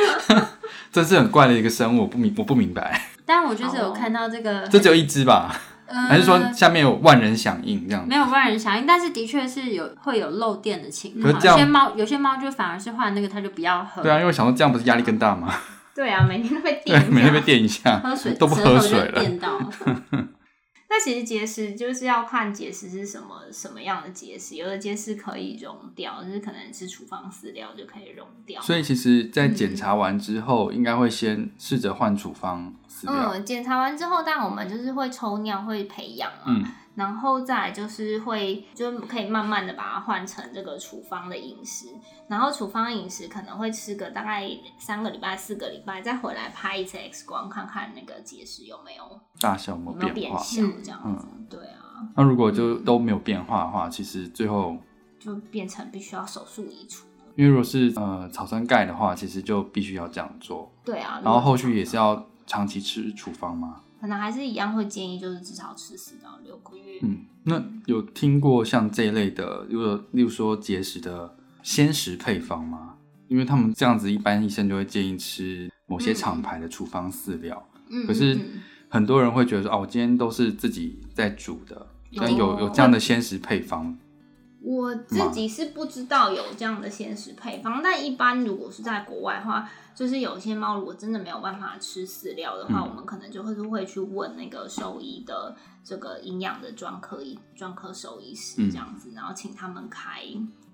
Speaker 1: *laughs*
Speaker 2: 这是很怪的一个生物，我不明我不明白。
Speaker 1: 但我
Speaker 3: 哦
Speaker 1: 就是有看到这个，
Speaker 2: 这只有一只吧？
Speaker 3: 嗯
Speaker 1: 呃
Speaker 2: 还是说下面有万人响应这样？
Speaker 1: 没有万人响应，但是的确是有会有漏电的情
Speaker 2: 可
Speaker 1: 况。
Speaker 2: 是这样
Speaker 1: 有些猫有些猫就反而是换那个，它就不要喝。
Speaker 2: 对啊，因为我想说这样不是压力更大吗？
Speaker 3: 对啊，每天都
Speaker 2: *laughs*
Speaker 3: 被
Speaker 2: 对
Speaker 3: 电，
Speaker 2: 每天被电一下，
Speaker 1: 喝水
Speaker 2: 都不
Speaker 1: 舌头
Speaker 2: 喝
Speaker 1: 就
Speaker 2: 水
Speaker 1: 会
Speaker 2: 了。
Speaker 1: 电
Speaker 3: *laughs*
Speaker 1: 到。
Speaker 3: 那其实结石就是要看结石是什么什么样的结石，有的结石可以溶掉，就是可能是处方饲料就可以溶掉。
Speaker 2: 所以其实，在检查完之后，应该会先试着换处方饲料。
Speaker 3: 嗯，检查完之后，但我们就是会抽尿，会培养嘛，
Speaker 2: 嗯
Speaker 3: 然后再来就是会，就可以慢慢的把它换成这个处方的饮食，然后处方饮食可能会吃个大概三个礼拜、四个礼拜，再回来拍一次 X 光，看看那个结石有没有
Speaker 2: 大小有没
Speaker 3: 有
Speaker 2: 有
Speaker 3: 没有
Speaker 2: 变
Speaker 3: 变
Speaker 2: 化？
Speaker 3: 小
Speaker 1: 嗯
Speaker 3: 这样子。对啊，
Speaker 2: 那如果就都没有变化的话，其实最后，
Speaker 3: 就变成必须要手术移除。
Speaker 2: 因为如果是呃草酸钙的话，其实就必须要这样做。
Speaker 3: 对啊，
Speaker 2: 然后后续也是要长期吃处方吗？
Speaker 3: 可能还是一样会建议，就是至少吃四到六个月。
Speaker 2: 嗯，那有听过像这一类的，例如例如说结石的鲜食配方吗？因为他们这样子，一般医生就会建议吃某些厂牌的处方饲料。
Speaker 3: 嗯，
Speaker 2: 可是
Speaker 3: 嗯嗯
Speaker 2: 很多人会觉得说，哦，我今天都是自己在煮的，但有
Speaker 3: 哦
Speaker 2: 有这样的鲜食配方，
Speaker 3: 我自己是不知道有这样的鲜食配方，但一般如果是在国外的话，就是有些猫如果真的没有办法吃饲料的话，
Speaker 2: 嗯
Speaker 3: 我们可能就会会去问那个兽医的这个营养的专科医专科兽医师
Speaker 2: 嗯
Speaker 3: 这样子，然后请他们开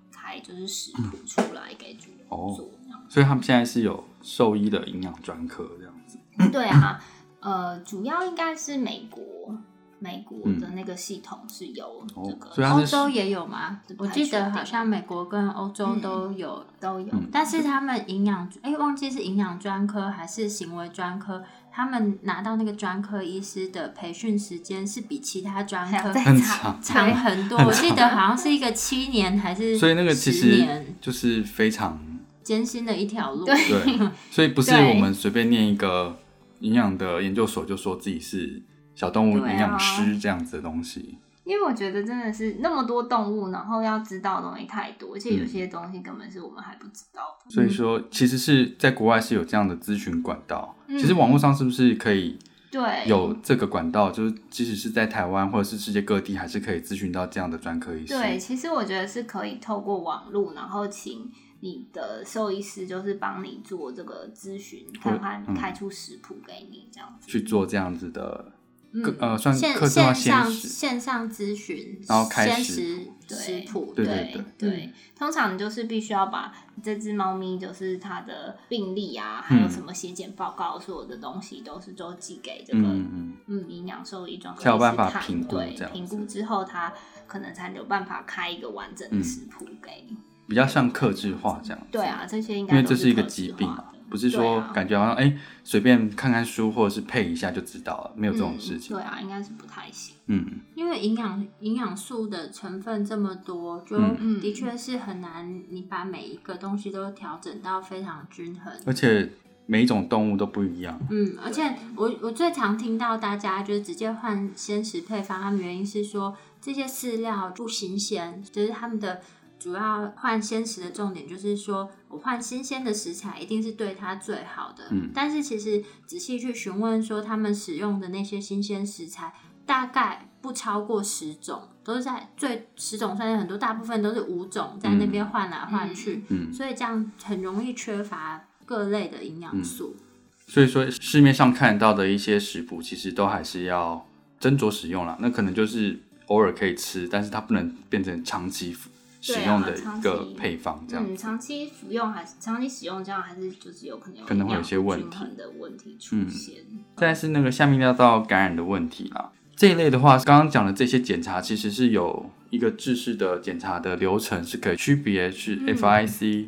Speaker 3: 开就是食谱出来给主人
Speaker 2: 嗯哦
Speaker 3: 做这样
Speaker 2: 所以他们现在是有兽医的营养专科这样子。
Speaker 3: 子。对啊，呃，主要应该是美国美国的那个系统是有这个，
Speaker 2: 嗯哦所以它
Speaker 1: 欧
Speaker 2: 是
Speaker 1: 洲也有吗
Speaker 3: 是？不
Speaker 1: 我
Speaker 3: 太
Speaker 1: 记
Speaker 3: 确
Speaker 1: 得好
Speaker 3: 定
Speaker 1: 像美国跟欧洲都有，
Speaker 3: 哦都有。
Speaker 2: 嗯
Speaker 1: 但是他们营养哎、忘记是营养专科还是行为专科，他们拿到那个专科医师的培训时间是比其他专
Speaker 3: 还要
Speaker 1: 科
Speaker 3: 再
Speaker 2: 很
Speaker 3: 查
Speaker 2: 长
Speaker 1: 长很多。我记得好像是一个七年还是
Speaker 2: 所以那个其
Speaker 1: 十
Speaker 2: 实
Speaker 1: 年
Speaker 2: 就是非常
Speaker 1: 艰辛的一条路。
Speaker 3: 对
Speaker 2: 对，所以不是
Speaker 3: 对
Speaker 2: 我们随便念一个营养的研究所就说自己是小动物营养师这样子的东西。
Speaker 3: 因为我觉得真的是那么多动物，然后要知道的东西太多，而且
Speaker 2: 嗯
Speaker 3: 有些东西根本是我们还不知道的。
Speaker 2: 所以说，其实是在国外是有这样的咨询管道。
Speaker 3: 嗯
Speaker 2: 其实网络上是不是可以
Speaker 3: 对，
Speaker 2: 有这个管道？就是即使是在台湾或者是世界各地，还是可以咨询到这样的专科医师。
Speaker 3: 对，其实我觉得是可以透过网络，然后请你的兽医师就是帮你做这个咨询，看
Speaker 2: 嗯
Speaker 3: 看开出食谱给你这样子。
Speaker 2: 去做这样子的，
Speaker 3: 嗯
Speaker 2: 个呃，算
Speaker 1: 线
Speaker 2: 客制化
Speaker 1: 线
Speaker 2: 鲜
Speaker 1: 上
Speaker 2: 食，
Speaker 1: 线上咨询，
Speaker 2: 然后开
Speaker 1: 先
Speaker 2: 食
Speaker 1: 食
Speaker 3: 对
Speaker 1: 食谱，
Speaker 2: 对
Speaker 3: 对
Speaker 2: 对
Speaker 1: 嗯
Speaker 3: 通常你就是必须要把这只猫咪，就是它的病历啊，还有什么血检报告，所有的东西都是都寄给这个
Speaker 2: 嗯嗯，
Speaker 3: 嗯，营养兽医专科医师
Speaker 2: 才有办法
Speaker 3: 看
Speaker 2: 评估
Speaker 3: 对
Speaker 2: 这样
Speaker 3: 评
Speaker 2: 子嗯
Speaker 3: 估之后，他可能才有办法开一个完整的食谱给你。
Speaker 2: 比较像客制化这样。
Speaker 3: 对，啊，这些应该
Speaker 2: 嗯因为
Speaker 3: 都
Speaker 2: 这
Speaker 3: 是
Speaker 2: 一个
Speaker 3: 可视
Speaker 2: 疾病
Speaker 3: 化
Speaker 2: 嘛
Speaker 3: 的，
Speaker 2: 不是
Speaker 3: 对
Speaker 2: 说
Speaker 3: 啊
Speaker 2: 感觉好像哎随便看看书或者是配一下就知道了，没有这种
Speaker 3: 嗯
Speaker 2: 事情
Speaker 3: 对。啊，应该是不太行。
Speaker 2: 嗯，
Speaker 1: 因为营养营养素的成分这么多，就
Speaker 2: 嗯
Speaker 1: 的确是很难，你把每一个东西都调整到非常均衡。
Speaker 2: 而且每一种动物都不一样。
Speaker 1: 嗯，而且我我最常听到大家就是直接换鲜食配方，他们原因是说这些饲料不新鲜，就是他们的主要换鲜食的重点就是说，我换新鲜的食材一定是对它最好的。
Speaker 2: 嗯
Speaker 1: 但是其实仔细去询问说，他们使用的那些新鲜食材大概不超过十种，都是在最十种算是很多，大部分都是五种在那边换来换去，
Speaker 2: 嗯，
Speaker 1: 所以这样很容易缺乏各类的营
Speaker 2: 嗯
Speaker 1: 养素。
Speaker 2: 所以说市面上看到的一些食谱，其实都还是要斟酌使用啦。那可能就是偶尔可以吃，但是它不能变成长期使用的一
Speaker 3: 对啊
Speaker 2: 个
Speaker 3: 长期
Speaker 2: 配方，这样。
Speaker 3: 嗯，长期服用还是长期使用，这样还是就是有可能有
Speaker 2: 可能会有一些问题嗯
Speaker 3: 营养不均衡的问题出现。
Speaker 2: 再是那个下泌尿道感染的问题啦。这一类的话，刚刚讲的这些检查其实是有一个制式的检查的流程，是可以区别是
Speaker 1: 嗯
Speaker 2: FIC、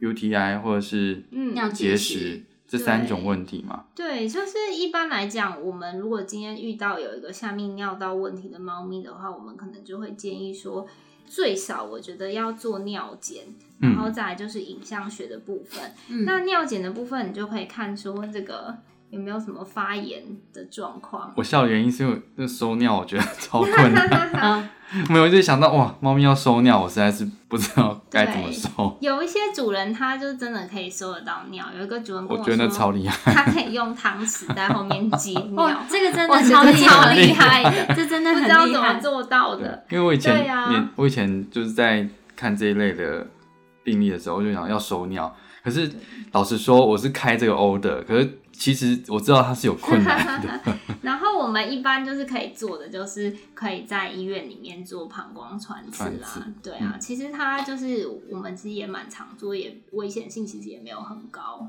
Speaker 2: UTI 或者是
Speaker 3: 嗯，
Speaker 1: 尿
Speaker 2: 结
Speaker 1: 结
Speaker 2: 石
Speaker 1: 石，
Speaker 2: 这三
Speaker 3: 对
Speaker 2: 种问题嘛。
Speaker 3: 对，就是一般来讲，我们如果今天遇到有一个下泌尿道问题的猫咪的话，我们可能就会建议说，最少我觉得要做尿检，然后
Speaker 2: 嗯，
Speaker 3: 再来就是影像学的部分。
Speaker 1: 嗯，
Speaker 3: 那尿检的部分，你就可以看出这个有没有什么发炎的状况。
Speaker 2: 我笑的原因是因为那收尿我觉得 *laughs* 超困难，
Speaker 1: 啊，
Speaker 2: 没有我就想到哇，猫咪要收尿，我实在是不知道该怎么收。
Speaker 3: *laughs* 有一些主人他就真的可以收得到尿，有一个主人跟
Speaker 2: 我
Speaker 3: 我
Speaker 2: 觉得那
Speaker 3: 说，
Speaker 2: 超厉害，
Speaker 3: 他可以用汤匙在后面
Speaker 1: *laughs*
Speaker 3: 挤尿
Speaker 1: 哦哇，，这个
Speaker 3: *laughs*
Speaker 1: 真
Speaker 3: 我
Speaker 1: 的
Speaker 3: 觉
Speaker 1: 超
Speaker 3: 得
Speaker 1: 厉
Speaker 3: 超
Speaker 1: 害，
Speaker 3: 厉害的，
Speaker 1: 这真的
Speaker 3: 不
Speaker 1: 很
Speaker 3: 知道
Speaker 1: 厉
Speaker 3: 怎么
Speaker 1: 害。
Speaker 3: 做到
Speaker 2: 对
Speaker 3: 的。，
Speaker 2: 因为我以前
Speaker 3: 对啊
Speaker 2: 也我以前就是在看这一类的病例的时候，我就想要收尿，可是老实说，我是开这个 O 的，可是其实我知道它是有困难
Speaker 3: *laughs*
Speaker 2: 的，
Speaker 3: 然后我们一般就是可以做的，就是可以在医院里面做膀胱穿刺
Speaker 2: 穿
Speaker 3: 啦
Speaker 2: 刺。嗯
Speaker 3: 对啊，其实它就是我们其实也蛮常做，也危险性其实也没有很高。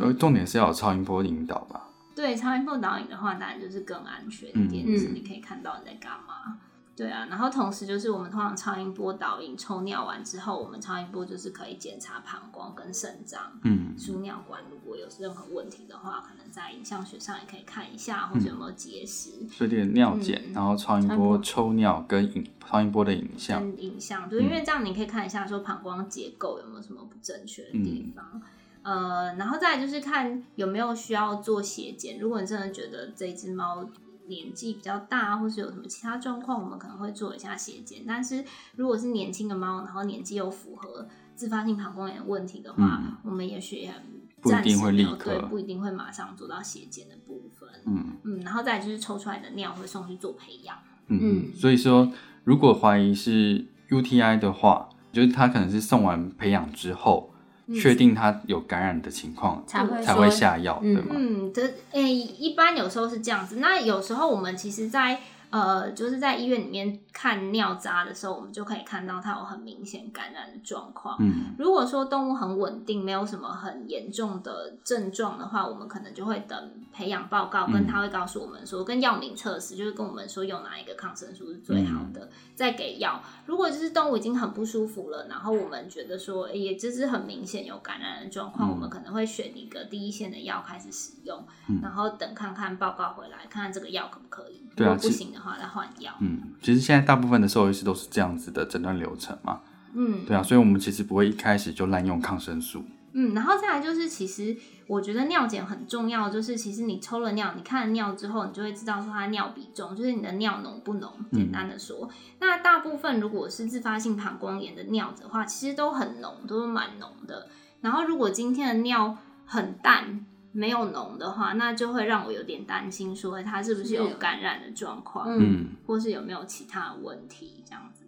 Speaker 2: 呃重点是要有超音波引导吧。
Speaker 3: 对超音波导引的话，当然就是更安全一点，
Speaker 2: 嗯
Speaker 3: 就是你可以看到你在干嘛。对啊，然后同时就是我们通常超音波导引抽尿完之后，我们超音波就是可以检查膀胱跟肾脏。
Speaker 2: 嗯，
Speaker 3: 输尿管如果有任何问题的话，可能在影像学上也可以看一下，或者有没有结石。
Speaker 2: 所以这个尿检，
Speaker 3: 嗯
Speaker 2: 然后超音
Speaker 1: 超音
Speaker 2: 波
Speaker 1: 波
Speaker 2: 抽尿跟影超音波的影像，嗯
Speaker 3: 跟影像，就是因为这样你可以看一下说膀胱结构有没有什么不正确的地方。
Speaker 2: 嗯
Speaker 3: 呃，然后再来就是看有没有需要做血检。如果你真的觉得这只猫年纪比较大，或是有什么其他状况，我们可能会做一下血检。但是如果是年轻的猫，然后年纪又符合自发性膀胱炎的问题的话，
Speaker 2: 嗯
Speaker 3: 我们也许也
Speaker 2: 不一定会立
Speaker 3: 暂时没有
Speaker 2: 刻
Speaker 3: 对，不一定会马上做到血检的部分。
Speaker 2: 嗯
Speaker 3: 嗯，然后再来就是抽出来的尿会送去做培养。
Speaker 2: 嗯嗯，
Speaker 1: 嗯
Speaker 2: 所以说如果怀疑是 UTI 的话，就是它可能是送完培养之后，
Speaker 3: 嗯
Speaker 2: 确定它有感染的情况
Speaker 1: 才会
Speaker 2: 才会
Speaker 1: 说
Speaker 2: 下药，
Speaker 1: 嗯
Speaker 2: 对吗？
Speaker 3: 嗯，这诶、一般有时候是这样子。那有时候我们其实在，呃，就是在医院里面看尿渣的时候，我们就可以看到它有很明显感染的状况。
Speaker 2: 嗯
Speaker 3: 如果说动物很稳定，没有什么很严重的症状的话，我们可能就会等培养报告，
Speaker 2: 嗯
Speaker 3: 跟他会告诉我们说，跟药名测试，就是跟我们说用哪一个抗生素是最好
Speaker 2: 嗯
Speaker 3: 的，再给药。如果就是动物已经很不舒服了，然后我们觉得说，诶也就是很明显有感染的状
Speaker 2: 嗯
Speaker 3: 况，我们可能会选一个第一线的药开始使用，
Speaker 2: 嗯
Speaker 3: 然后等看看报告回来，看看这个药可不可以。
Speaker 2: 对啊
Speaker 3: 如果不
Speaker 2: 其实
Speaker 3: 行的话再换药。
Speaker 2: 嗯，其实现在大部分的兽医师都是这样子的诊断流程嘛，
Speaker 3: 嗯，
Speaker 2: 对啊，所以我们其实不会一开始就滥用抗生素，
Speaker 3: 嗯，然后再来就是，其实我觉得尿检很重要，就是其实你抽了尿，你看了尿之后，你就会知道说它尿比重，就是你的尿浓不浓。
Speaker 2: 嗯
Speaker 3: 简单的说，那大部分如果是自发性膀胱炎的尿的话，其实都很浓，都是蛮浓的。然后如果今天的尿很淡，没有浓的话，那就会让我有点担心，说哎它是不是
Speaker 1: 是
Speaker 3: 有
Speaker 1: 有
Speaker 3: 感染的状况，
Speaker 1: 嗯，
Speaker 2: 嗯，
Speaker 3: 或是有没有其他的问题这样子。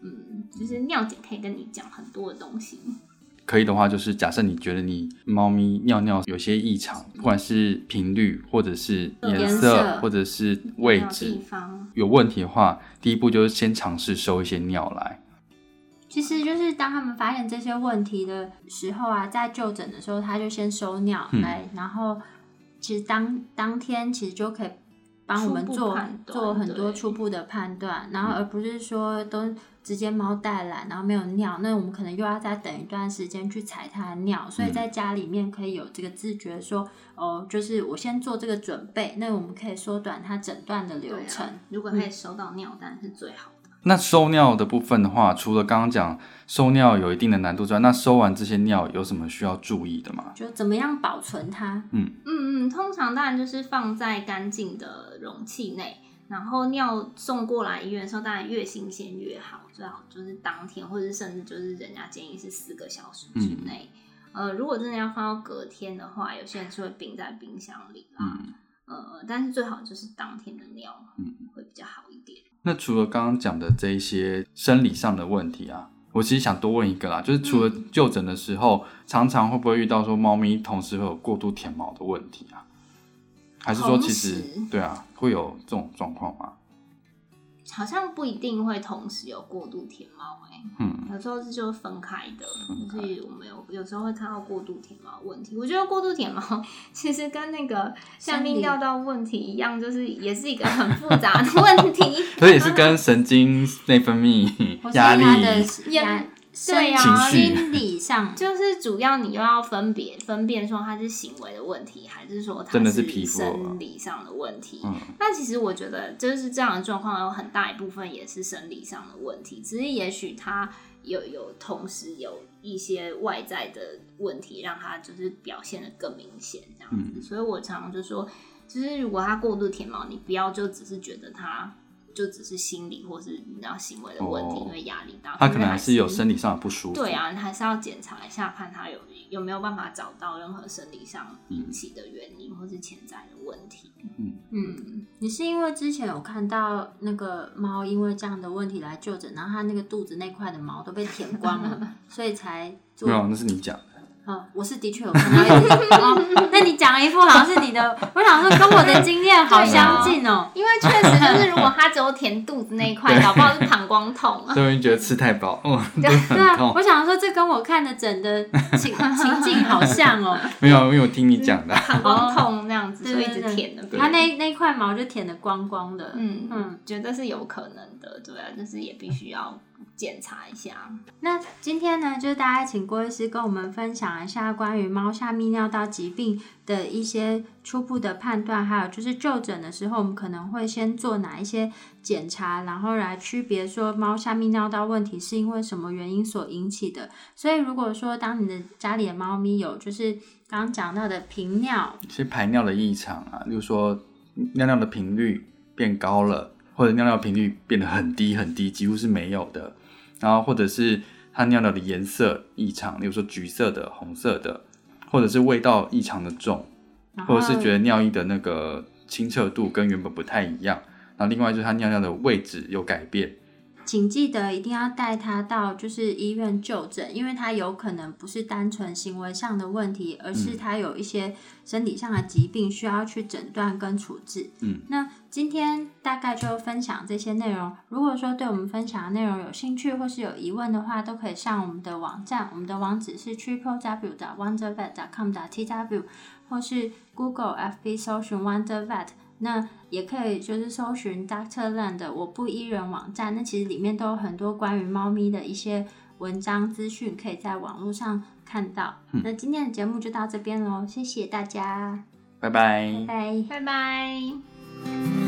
Speaker 3: 嗯，就是尿检可以跟你讲很多的东西。
Speaker 2: 可以的话，就是假设你觉得你猫咪尿尿有些异常，不管是频率，或者是颜
Speaker 1: 颜
Speaker 2: 色，
Speaker 1: 色
Speaker 2: 或者是位
Speaker 3: 地
Speaker 2: 置
Speaker 3: 方，
Speaker 2: 有问题的话，第一步就是先尝试收一些尿来。
Speaker 1: 其实就是当他们发现这些问题的时候啊，在就诊的时候，他就先收尿
Speaker 2: 嗯
Speaker 1: 来，然后其实当当天其实就可以帮我们
Speaker 3: 初步
Speaker 1: 做
Speaker 3: 判断
Speaker 1: 做很多
Speaker 3: 对
Speaker 1: 初步的判断，然后而不是说都直接猫带来，然后没有尿，那我们可能又要再等一段时间去采它的尿，所以在家里面可以有这个自觉说，哦，就是我先做这个准备，那我们可以缩短它诊断的流
Speaker 3: 对啊
Speaker 1: 程。
Speaker 3: 如果可以收到尿蛋是最好的。
Speaker 2: 那收尿的部分的话，除了刚刚讲收尿有一定的难度之外，那收完这些尿有什么需要注意的吗？
Speaker 1: 就怎么样保存它？
Speaker 3: 嗯嗯，通常当然就是放在干净的容器内，然后尿送过来医院的时候，当然越新鲜越好，最好就是当天，或者是甚至就是人家建议是四个小时之内。呃，如果真的要放到隔天的话，有些人是会冰在冰箱里啦。
Speaker 2: 嗯
Speaker 3: 呃，但是最好就是当天的尿
Speaker 2: 嗯
Speaker 3: 会比较好一点。
Speaker 2: 那除了刚刚讲的这一些生理上的问题啊，我其实想多问一个啦，就是除了
Speaker 3: 嗯
Speaker 2: 就诊的时候，常常会不会遇到说猫咪同时会有过度舔毛的问题啊？还是说
Speaker 3: 同
Speaker 2: 其实
Speaker 3: 时
Speaker 2: 对啊，会有这种状况吗？
Speaker 3: 好像不一定会同时有过度舔毛、欸，
Speaker 2: 嗯
Speaker 3: 有时候是就分开的，
Speaker 2: 分开
Speaker 3: 就是我们有有时候会看到过度舔毛的问题。我觉得过度舔毛 *laughs* 其实跟那个像
Speaker 1: 生理
Speaker 3: 泌尿道问题一样，就是也是一个很复杂
Speaker 2: *laughs*。
Speaker 3: 的问题
Speaker 2: 所以也是跟神经内分泌
Speaker 1: 或、是
Speaker 2: 压力，
Speaker 1: 哦他的压
Speaker 3: 压对
Speaker 1: 身
Speaker 3: 啊
Speaker 2: 情绪
Speaker 1: 心理上，
Speaker 3: 就是主要你又要分别分辨说它是行为的问题，还是说它
Speaker 2: 真的是
Speaker 3: 是
Speaker 2: 皮肤啊
Speaker 3: 生理上的问题。
Speaker 2: 嗯
Speaker 3: 那其实我觉得，就是这样的状况有很大一部分也是生理上的问题，只是也许他有有同时有一些外在的问题，让他就是表现的更明显这样子。
Speaker 2: 嗯
Speaker 3: 所以我常常就说，就是如果他过度舔毛，你不要就只是觉得他。就只是心理或是你知道行为的问题，
Speaker 2: 哦
Speaker 3: 因为压力大，
Speaker 2: 它可
Speaker 3: 因为
Speaker 2: 能还是有生理上的不舒服。
Speaker 3: 对，啊，你还是要检查一下，看他有有没有办法找到任何生理上引起的原因，或是潜在的问题。
Speaker 2: 嗯
Speaker 3: 嗯，
Speaker 1: 你是因为之前有看到那个猫因为这样的问题来就诊，然后它那个肚子那块的毛都被舔光 *laughs* 了，所以才做
Speaker 2: 没。有，啊那是你讲的。
Speaker 1: 哦，我是的确有看到一点。哦，那你讲了一副好像是你的，我想说跟我的经验好相近哦。
Speaker 3: 因为确实就是，如果他只有舔肚子那一 *laughs* 块，
Speaker 2: 对
Speaker 3: 搞不好是膀胱痛
Speaker 2: *laughs*
Speaker 3: 啊。
Speaker 2: 所以你觉得吃太饱， *laughs* 嗯，都
Speaker 1: 对
Speaker 2: 很
Speaker 1: 啊，
Speaker 2: 痛
Speaker 1: 我。想说这跟我看的诊的
Speaker 2: *laughs*
Speaker 1: 情情境好像哦。
Speaker 2: 没有，啊因为我听你讲的。
Speaker 3: 膀胱痛那样子，
Speaker 1: 对
Speaker 3: 所以一
Speaker 1: 对
Speaker 3: 直
Speaker 1: 对
Speaker 3: 舔的。
Speaker 2: 对
Speaker 1: 它那那块毛就舔的光光的。
Speaker 3: 嗯嗯
Speaker 1: 嗯，
Speaker 3: 觉得是有可能的，对啊，就是也必须要检查一下。
Speaker 1: 那今天呢，就是大家请郭医师跟我们分享一下关于猫下泌尿道疾病的一些初步的判断，还有就是就诊的时候，我们可能会先做哪一些检查，然后来区别说猫下泌尿道问题是因为什么原因所引起的。所以如果说当你的家里的猫咪有就是刚刚讲到的频尿，
Speaker 2: *laughs* 一些排尿的异常啊，例如说尿尿的频率变高了，或者尿尿的频率变得很低很低，几乎是没有的。然后或者是它尿尿的颜色异常，例如说橘色的、红色的，或者是味道异常的重，
Speaker 1: 然后
Speaker 2: 或者是觉得尿液的那个清澈度跟原本不太一样。然后另外就是它尿尿的位置有改变，
Speaker 1: 请记得一定要带它到就是医院就诊，因为它有可能不是单纯行为上的问题，而是它有一些身体上的疾病需要去诊断跟处置。
Speaker 2: 嗯，
Speaker 1: 那今天大概就分享这些内容。如果说对我们分享的内容有兴趣或是有疑问的话，都可以上我们的网站，我们的网址是 triple w 的 wondervet com 的 t w，或是 Google FB 搜寻 wondervet。那也可以就是搜寻 Doctor Land 的我不依人网站，那其实里面都有很多关于猫咪的一些文章资讯，可以在网络上看到。那今天的节目就到这边喽，谢谢大家，
Speaker 2: 拜拜
Speaker 1: 拜拜。
Speaker 3: 拜拜。